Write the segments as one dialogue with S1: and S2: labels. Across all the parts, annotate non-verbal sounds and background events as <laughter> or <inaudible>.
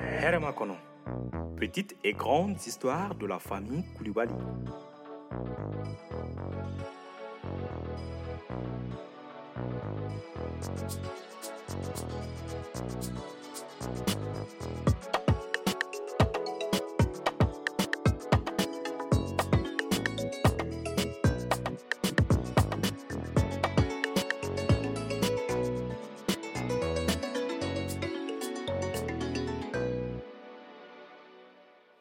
S1: Heremakono. Petite et grande histoire de la famille Koulibaly.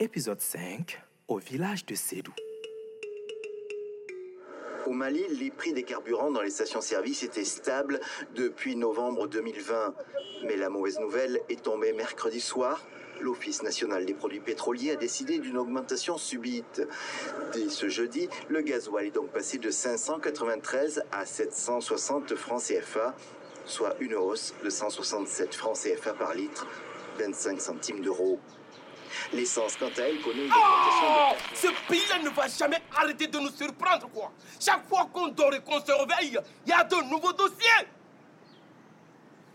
S1: Épisode 5 au village de Sédou.
S2: Au Mali, les prix des carburants dans les stations-service étaient stables depuis novembre 2020. Mais la mauvaise nouvelle est tombée mercredi soir. L'Office national des produits pétroliers a décidé d'une augmentation subite. Dès ce jeudi, le gasoil est donc passé de 593 à 760 francs CFA, soit une hausse de 167 francs CFA par litre, 25 centimes d'euros. L'essence, quant à elle, connaît une augmentation
S3: Oh
S2: de
S3: Ce pays-là ne va jamais arrêter de nous surprendre, quoi. Chaque fois qu'on dort et qu'on se réveille, il y a de nouveaux dossiers.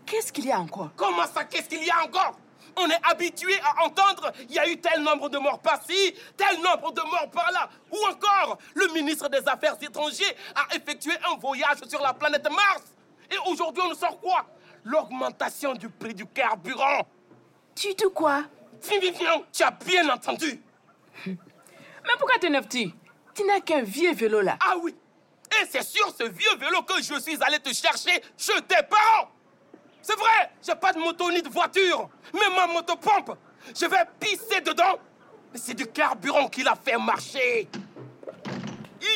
S4: Qu'est-ce qu'il y a encore
S3: Comment ça, qu'est-ce qu'il y a encore On est habitué à entendre, il y a eu tel nombre de morts par-ci, tel nombre de morts par-là. Ou encore, le ministre des Affaires étrangères a effectué un voyage sur la planète Mars. Et aujourd'hui, on nous sort quoi L'augmentation du prix du carburant.
S4: Tu te quoi
S3: Vivian, tu as bien entendu
S4: Mais pourquoi t'es neuf-tu Tu n'as qu'un vieux vélo là.
S3: Ah oui Et c'est sur ce vieux vélo que je suis allé te chercher chez tes parents C'est vrai, j'ai pas de moto ni de voiture, mais ma moto pompe Je vais pisser dedans Mais c'est du carburant qui l'a fait marcher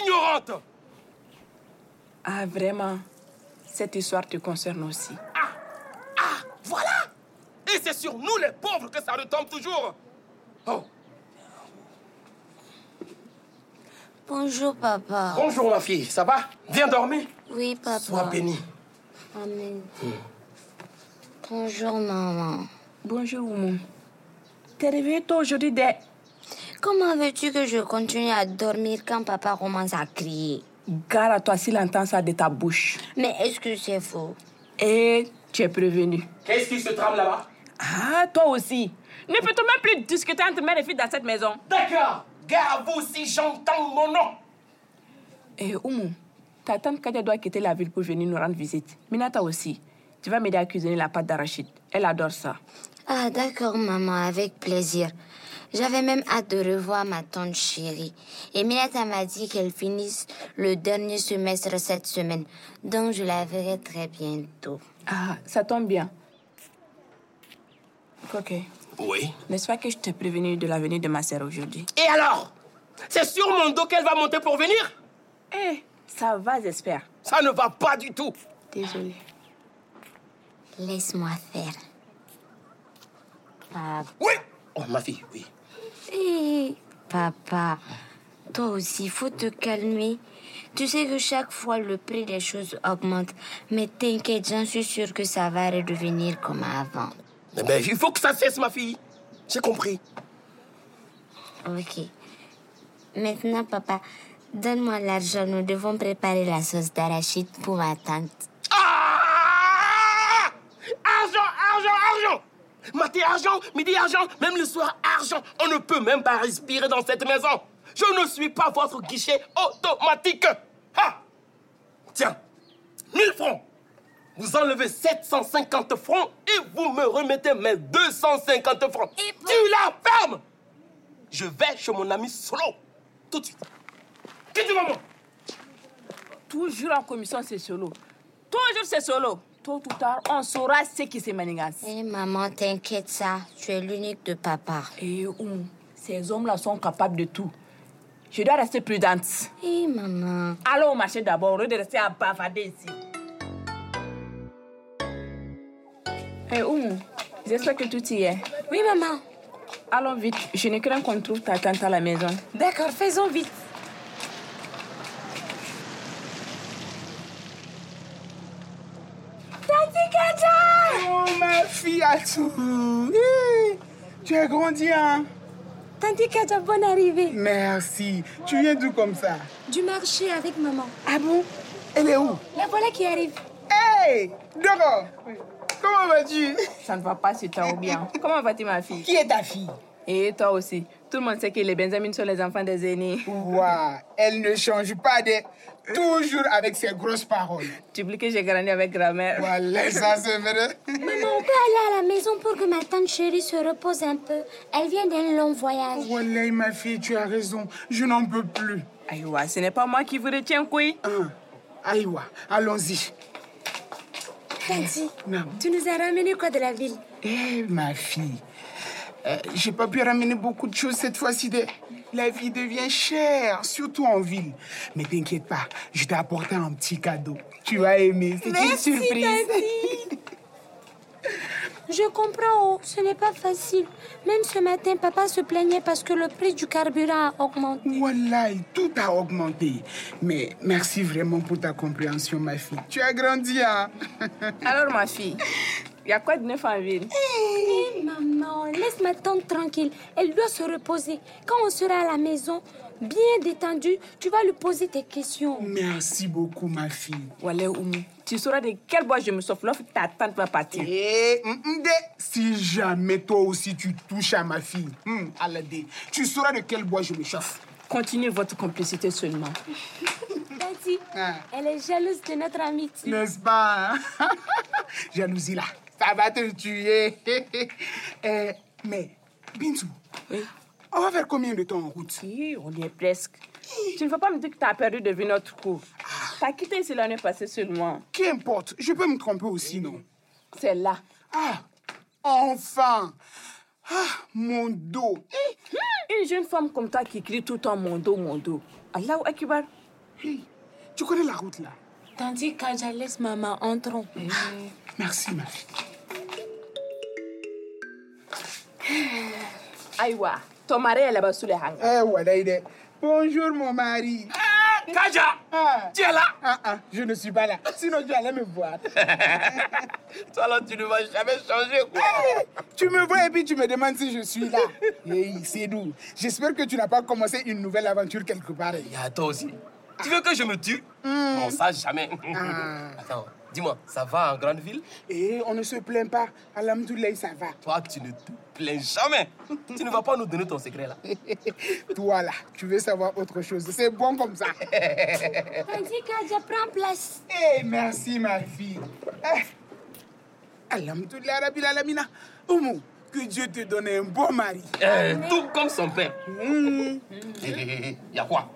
S3: Ignorante
S4: Ah vraiment Cette histoire te concerne aussi.
S3: Ah Ah Voilà Et c'est sur nous les pauvres que ça retombe toujours Oh
S5: Bonjour papa.
S3: Bonjour ma fille, ça va Viens dormir
S5: Oui papa.
S3: Sois béni Hmm.
S5: Amen. Bonjour maman.
S4: Bonjour Oumou. T'es réveillé toi aujourd'hui dès...
S5: Comment veux-tu que je continue à dormir quand papa commence à crier
S4: Gare à toi s'il entend ça de ta bouche.
S5: Mais est-ce que c'est faux
S4: Et tu es prévenu.
S3: Qu'est-ce qui se trame là-bas
S4: Ah, toi aussi. Ne peut-on même plus discuter entre mère et fille dans cette maison
S3: D'accord Gare à vous si j'entends mon nom
S4: Eh, Oumou, ta tante Kadia doit quitter la ville pour venir nous rendre visite. Minata aussi. Tu vas m'aider à cuisiner la pâte d'arachide. Elle adore ça.
S5: Ah d'accord maman, avec plaisir. J'avais même hâte de revoir ma tante chérie. Et Minata m'a dit qu'elle finisse le dernier semestre cette semaine. Donc je la verrai très bientôt.
S4: Ah, ça tombe bien. Ok.
S3: Oui
S4: N'est-ce pas que je t'ai prévenu de l'avenir de ma sœur aujourd'hui
S3: Et alors C'est sur mon dos qu'elle va monter pour venir
S4: Eh, ça va, j'espère.
S3: Ça ne va pas du tout.
S4: Désolée.
S5: Laisse-moi faire. Papa.
S3: Oui Oh, ma fille, oui.
S5: Hé, papa, toi aussi, faut te calmer. Tu sais que chaque fois le prix des choses augmente, mais t'inquiète, j'en suis sûre que ça va redevenir comme avant.
S3: Mais ben, il faut que ça cesse, ma fille. J'ai compris.
S5: Ok. Maintenant, papa, donne-moi l'argent. Nous devons préparer la sauce d'arachide pour ma tante.
S3: Ah Argent, argent, argent Matin, argent, midi, argent, même le soir, argent. On ne peut même pas respirer dans cette maison. Je ne suis pas votre guichet automatique. Ah Tiens, 1000 francs. Vous enlevez 750 francs et vous me remettez mes 250 francs.
S5: Et pour-
S3: Tu la fermes Je vais chez mon ami Solo. Tout de suite. Quitte, maman.
S4: Toujours en commission, c'est solo. Toujours, c'est solo. Tôt ou tard, on saura ce qui se manigance.
S5: Hé, maman, t'inquiète ça. Tu es l'unique de papa.
S4: Et Oumou, ces hommes-là sont capables de tout. Je dois rester prudente.
S5: Hé, maman.
S4: Allons au marché d'abord, au lieu de rester à bavarder ici. Hé, Oumou, Eh, j'espère que tout y est.
S5: Oui, maman.
S4: Allons vite, je ne crains qu'on trouve ta tante à la maison.
S6: D'accord, faisons vite.
S7: Oh ma fille Atou, Hé, tu as grandi hein
S6: Tanti Kaja, bonne arrivée.
S7: Merci. Tu viens d'où comme ça
S6: Du marché avec maman.
S7: Ah bon Elle est où
S6: La voilà qui arrive.
S7: Hey, Doro. Comment vas-tu
S4: Ça ne va pas sur toi ou bien. <laughs> Comment vas-tu, ma fille
S7: Qui est ta fille
S4: Et toi aussi. Tout le monde sait que les Benjamins sont les enfants des aînés.
S7: Ouah, elle ne change pas de... Toujours avec ses grosses paroles.
S4: Tu oublies que j'ai grandi avec grand-mère.
S7: Voilà, ça c'est vrai.
S6: Maman, on peut aller à la maison pour que ma tante chérie se repose un peu. Elle vient d'un long voyage.
S7: Voilà, ma fille, tu as raison. Je n'en peux plus.
S4: Aïwa, ce n'est pas moi qui vous retiens, Koui.
S7: Hein. Aïwa, allons-y.
S6: Tanti,
S7: Non.
S6: tu nous as ramené quoi de la ville
S7: Eh, ma fille, euh, j'ai pas pu ramener beaucoup de choses cette fois-ci. de- La vie devient chère, surtout en ville. Mais t'inquiète pas, je t'ai apporté un petit cadeau. Tu vas aimer, c'est une surprise.
S6: Je comprends, oh, ce n'est pas facile. Même ce matin, papa se plaignait parce que le prix du carburant a augmenté.
S7: Voilà, et tout a augmenté. Mais merci vraiment pour ta compréhension, ma fille. Tu as grandi, hein
S4: Alors, ma fille, il y a quoi de neuf en ville
S6: Hé, maman, laisse ma tante tranquille. Elle doit se reposer. Quand on sera à la maison, bien détendue, tu vas lui poser tes questions.
S7: Mm. Merci beaucoup, ma fille.
S4: Walé Oumu, tu sauras de quel bois je me sauve lorsque ta tante va partir.
S7: Et mm, si jamais toi aussi tu touches à ma fille, hum, Aladé, tu sauras de quel bois je me chauffe.
S4: Continuez votre complicité seulement.
S6: Tanti,
S7: Ah.
S6: elle est jalouse de notre amitié.
S7: N'est-ce pas hein? <laughs> Jalousie là, ça va te tuer. <laughs> Eh, mais, Bintou,
S4: Oui.
S7: on va faire combien de temps en route
S4: Hi, on y est presque. Tu ne vas pas me dire que tu as perdu de vue notre cours. T'as quitté ici l'année passée seulement.
S7: Qu'importe, je peux me tromper aussi, non
S4: C'est là.
S7: Ah, enfin Ah, mon dos Eh,
S4: Hmm? Une jeune femme comme toi qui crie tout le temps mon dos, mon dos. Allahu Akbar.
S7: hey, Tu connais la route là
S6: Tanti, Kaja, laisse maman, entrons.
S4: Hmm.
S7: Merci, ma fille.
S4: Aïwa, ton mari est là-bas sous les hangars.
S7: Eh, voilà, il est. Bonjour, mon mari.
S3: Eh, Kaja,
S7: Ah.
S3: tu es là
S7: Ah, ah, je ne suis pas là. Sinon, tu allais me voir.
S3: Toi, là, tu ne vas jamais changer, quoi.
S7: tu me vois et puis tu me demandes si je suis là. Hey, c'est doux. J'espère que tu n'as pas commencé une nouvelle aventure quelque part.
S3: Et à toi aussi. Tu veux que je me tue On sait jamais. <laughs>
S7: Ah.
S3: Attends, dis-moi, ça va en grande ville
S7: Et on ne se plaint pas. Alhamdoulilah, ça va.
S3: Toi, tu ne te plains jamais. tu ne vas pas nous donner ton secret, là.
S7: Toi là, tu veux savoir autre chose. C'est bon comme ça.
S6: Tanti, Kaja, prends place.
S7: Eh, merci ma fille. Eh, Alhamdoulilah, Rabbil Alamina. Oumou, que Dieu te donne un bon mari.
S3: <laughs> Euh, tout comme son père.
S7: Hmm.
S3: Hé, hé, hé, hé, y a quoi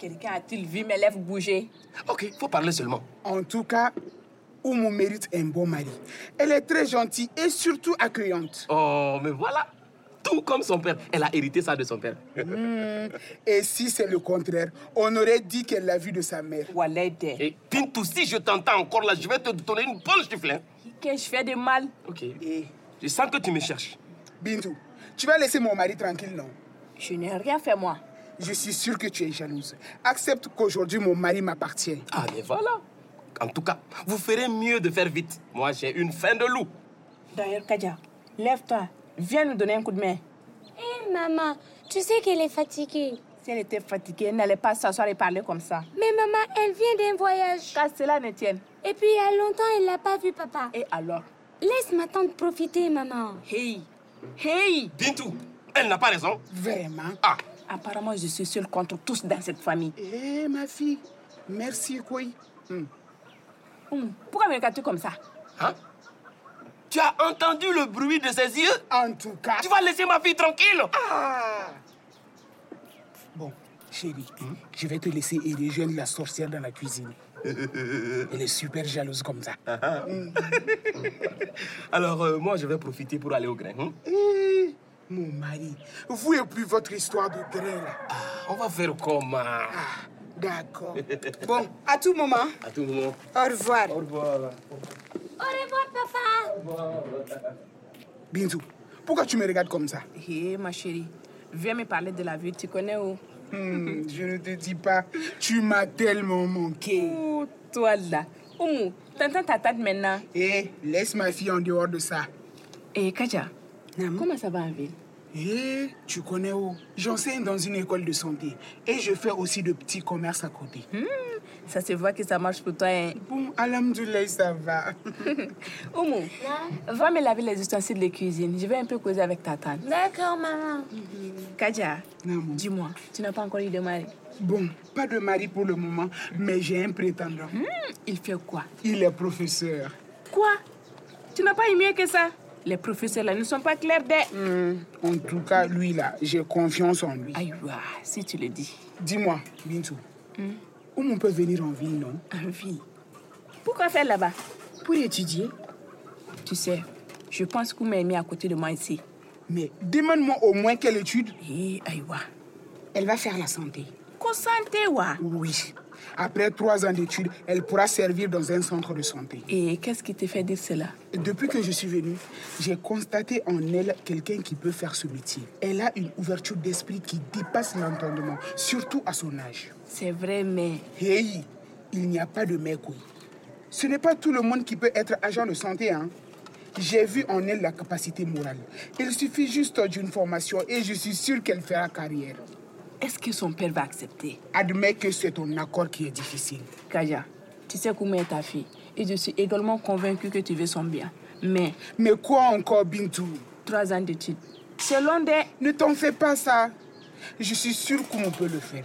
S4: Quelqu'un a-t-il vu mes lèvres bouger
S3: Ok, faut parler seulement.
S7: En tout cas, Oumou mérite un bon mari. Elle est très gentille et surtout accueillante.
S3: Oh, mais voilà. Tout comme son père. Elle a hérité ça de son père.
S7: Et si c'est le contraire, on aurait dit qu'elle l'a vu de sa mère.
S4: Walé des.
S3: Et Pintou, si je t'entends encore là, je vais te donner une bonne gifle. hein.
S4: Qu'ai-je fait de mal
S3: Ok.
S7: Et
S3: Je sens que tu me cherches.
S7: Eh, Bintou, tu vas laisser mon mari tranquille, non
S4: Je n'ai rien fait, moi.
S7: Je suis sûre que tu es jalouse. Accepte qu'aujourd'hui mon mari m'appartient.
S3: Ah, mais voilà. En tout cas, vous ferez mieux de faire vite. Moi, j'ai une faim de loup.
S4: D'ailleurs, Kadia, lève-toi. Viens nous donner un coup de main.
S6: Hé, Eh, maman, tu sais qu'elle est fatiguée.
S4: Si elle était fatiguée, elle n'allait pas s'asseoir et parler comme ça.
S6: Mais maman, elle vient d'un voyage.
S4: Car cela ne tienne.
S6: Et puis, il y a longtemps, elle n'a pas vu papa.
S4: Et alors
S6: Laisse ma tante profiter, maman.
S4: Hey Hey
S3: Bintou, elle n'a pas raison.
S7: Vraiment
S3: Ah,
S4: Apparemment, je suis seule contre tous dans cette famille.
S7: Eh, ma fille, merci, Hmm. quoi.
S4: Hum, Pourquoi me regardes-tu comme ça
S3: hein? Tu as entendu le bruit de ses yeux
S7: En tout cas,
S3: Tu vas laisser ma fille tranquille Ah.
S7: bon, chérie, je vais te laisser et rejoindre la sorcière dans la cuisine. Elle est super jalouse comme ça.
S3: Alors, euh, moi, je vais profiter pour aller au grain. hein?
S7: Eh, mon mari, vous et plus votre histoire de grain, là.
S3: On va faire comme... euh,
S7: Ah, D'accord. Bon, à tout moment.
S3: à tout moment.
S7: Au revoir.
S6: Au revoir, papa.
S7: Bintou, pourquoi tu me regardes comme ça
S4: Hé, ma chérie, viens me parler de la vie, tu connais où
S7: Hmm, Je ne te dis pas, tu m'as tellement manqué.
S4: Oh, toi là. Oumu, t'entends ta tante maintenant.
S7: Hé, Eh, laisse ma fille en dehors de ça.
S4: Et Kadia, comment ça va en ville
S7: Hé, Eh, tu connais Hmm? où J'enseigne dans une école de santé et je fais aussi de petits commerces à côté.
S4: Ça se voit que ça marche pour toi. Hein.
S7: Bon, alhamdoulilah, ça va.
S4: Oumu, va me laver les ustensiles de cuisine. Je vais un peu causer avec ta tante.
S6: D'accord, maman.
S4: Kadia,
S7: Non, maman.
S4: dis-moi, tu n'as pas encore eu de mari.
S7: Bon, pas de mari pour le moment, mais j'ai un prétendant.
S4: Hmm, Il fait quoi
S7: Il est professeur.
S4: Quoi Tu n'as pas eu mieux que ça Les professeurs là ne sont pas clairs des...
S7: Hmm, En tout cas, lui là, j'ai confiance en lui.
S4: Aïe, ouah, si tu le dis.
S7: Dis-moi, Bintou, Hmm? où on peut venir en ville, non
S4: En ville. Pourquoi faire là-bas
S7: Pour étudier.
S4: Tu sais, je pense qu'Oumu est mis à côté de moi ici.
S7: Mais demande-moi au moins quelle étude
S4: Eh, aïe, ouah.
S7: elle va faire la santé.
S4: Consenté, ouah.
S7: Oui. Après trois ans d'études, elle pourra servir dans un centre de santé.
S4: Et qu'est-ce qui te fait dire cela
S7: Depuis que je suis venue, j'ai constaté en elle quelqu'un qui peut faire ce métier. Elle a une ouverture d'esprit qui dépasse l'entendement, surtout à son âge.
S4: C'est vrai, mais
S7: Hey, il n'y a pas de mec, oui. Ce n'est pas tout le monde qui peut être agent de santé, hein. J'ai vu en elle la capacité morale. Il suffit juste d'une formation et je suis sûre qu'elle fera carrière.
S4: est-ce que son père va accepter
S7: Admets que c'est ton accord qui est difficile.
S4: Kaja, tu sais qu'Oumu est ta fille. Et je suis également convaincue que tu veux son bien. Mais
S7: Mais quoi encore, Bintou
S4: trois ans d'études, selon des...
S7: Ne t'en fais pas ça. Je suis sûre qu'on peut le faire.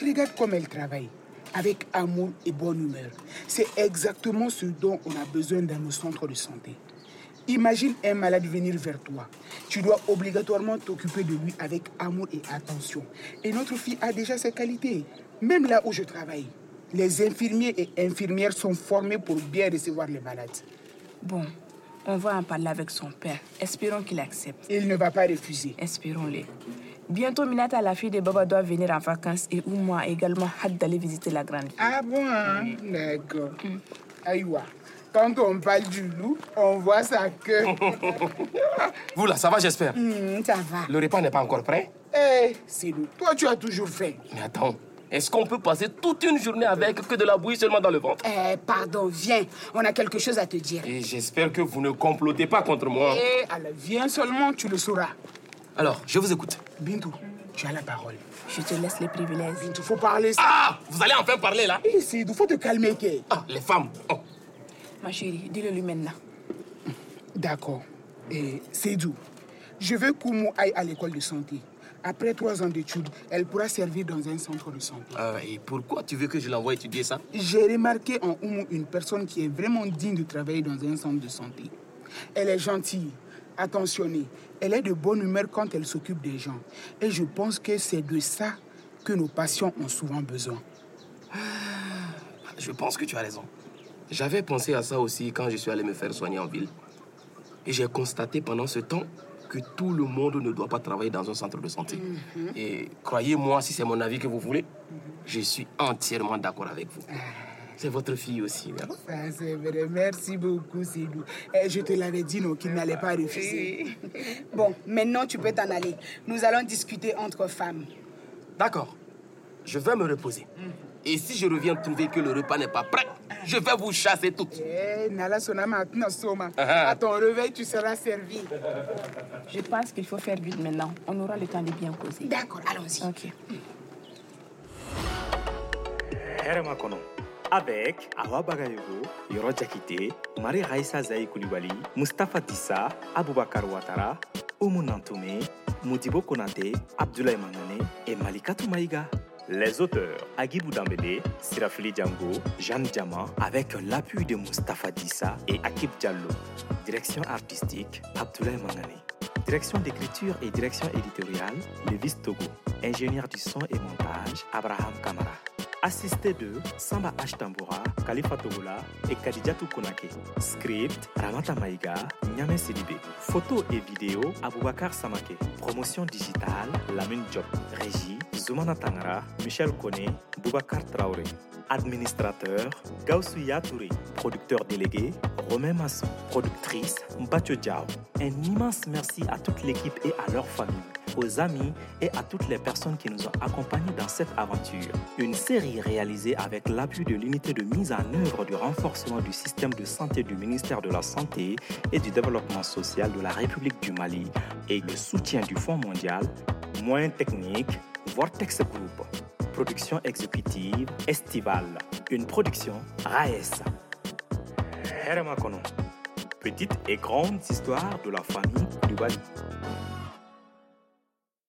S7: Regarde comme elle travaille, avec amour et bonne humeur. C'est exactement ce dont on a besoin dans nos centres de santé. Imagine un malade venir vers toi. Tu dois obligatoirement t'occuper de lui avec amour et attention. Et notre fille a déjà ses qualités, même là où je travaille. Les infirmiers et infirmières sont formés pour bien recevoir les malades.
S4: Bon, on va en parler avec son père. Espérons qu'il accepte.
S7: Il ne va pas refuser.
S4: Espérons-le. Bientôt, Minata, la fille de Baba, doit venir en vacances et Oumou a également hâte d'aller visiter la grande ville.
S7: Ah bon hein? D'accord. Aïwa, quand on parle du loup, on voit sa queue. <laughs>
S3: Vous là, ça va, j'espère.
S7: Hmm, ça va.
S3: Le repas n'est pas encore prêt.
S7: Eh, c'est loup. Toi, tu as toujours faim.
S3: Mais attends, est-ce qu'on peut passer toute une journée avec que de la bouillie seulement dans le ventre
S8: Eh, pardon, viens. On a quelque chose à te dire.
S3: Et j'espère que vous ne complotez pas contre moi.
S7: Eh, alors viens seulement, tu le sauras.
S3: Alors, je vous écoute.
S7: Bintou, tu as la parole.
S4: Je te laisse les privilèges.
S7: Bintou, faut parler ça.
S3: Ah Vous allez enfin parler là
S7: Eh, c'est loup, faut te calmer. Kay.
S3: Ah, les femmes. Oh.
S4: Ma chérie, dis-le lui maintenant.
S7: D'accord. Et Seydou, je veux qu'Oumou aille à l'école de santé. Après trois ans d'études, elle pourra servir dans un centre de santé.
S3: Euh, et pourquoi tu veux que je l'envoie étudier ça
S7: J'ai remarqué en Oumou une personne qui est vraiment digne de travailler dans un centre de santé. Elle est gentille, attentionnée, elle est de bonne humeur quand elle s'occupe des gens. Et je pense que c'est de ça que nos patients ont souvent besoin.
S3: Je pense que tu as raison. J'avais pensé à ça aussi quand je suis allé me faire soigner en ville. Et j'ai constaté pendant ce temps que tout le monde ne doit pas travailler dans un centre de santé. Et croyez-moi, si c'est mon avis que vous voulez, je suis entièrement d'accord avec vous. C'est votre fille aussi. hein.
S7: Ça, c'est vrai. Merci beaucoup, Sidou. Et Eh, je te l'avais dit, non, qu'il n'allait pas refuser.
S8: Bon, maintenant, tu peux t'en aller. Nous allons discuter entre femmes.
S3: D'accord. Je vais me reposer. Et si je reviens trouver que le repas n'est pas prêt, je vais vous chasser toutes.
S7: Eh, Nala Sonama, Atna Soma.
S3: Ah.
S7: À ton réveil, tu seras servi.
S4: Je pense qu'il faut faire vite maintenant. On aura le temps de bien causer.
S8: D'accord, allons-y.
S4: Ok.
S1: Herma Kono. Avec Awa Bagayogo, Yoro Jakite, Marie Raissa Zaï Koulibaly, Mustafa Tissa, Aboubakar Ouattara, Oumou Nantoume, Moudibo Konate, Abdoulaye Mangane et Malika Toumaïga. Les auteurs Agibou Dambélé, Sirafili Django, Jeanne Diamant, avec l'appui de Mustafa Dissa et Akib Diallo. Direction artistique Abdoulaye Mangane. Direction d'écriture et direction éditoriale Levis Togo. Ingénieur du son et montage Abraham Kamara. Assisté de Samba H. Tambora, Khalifa Togola et Kadijatou Konake. Script Ramata Maïga, Nyame Sidibé. Photos et vidéos Aboubakar Samake. Promotion digitale Lamine Job. Régie Zoumana Tangara, Michel Kone, Boubacar Traoré. Administrateur Gaoussouya Touré. Producteur délégué Romain Masson. Productrice Mbatio Diao. Un immense merci à toute l'équipe et à leur famille aux amis et à toutes les personnes qui nous ont accompagnés dans cette aventure. Une série réalisée avec l'appui de l'unité de mise en œuvre du renforcement du système de santé du ministère de la Santé et du Développement social de la République du Mali et le soutien du Fonds mondial, moyens techniques, Vortex Group. Production exécutive estivale une production E RAES. Hermakono. Petite et grande histoire de la famille Koulibaly.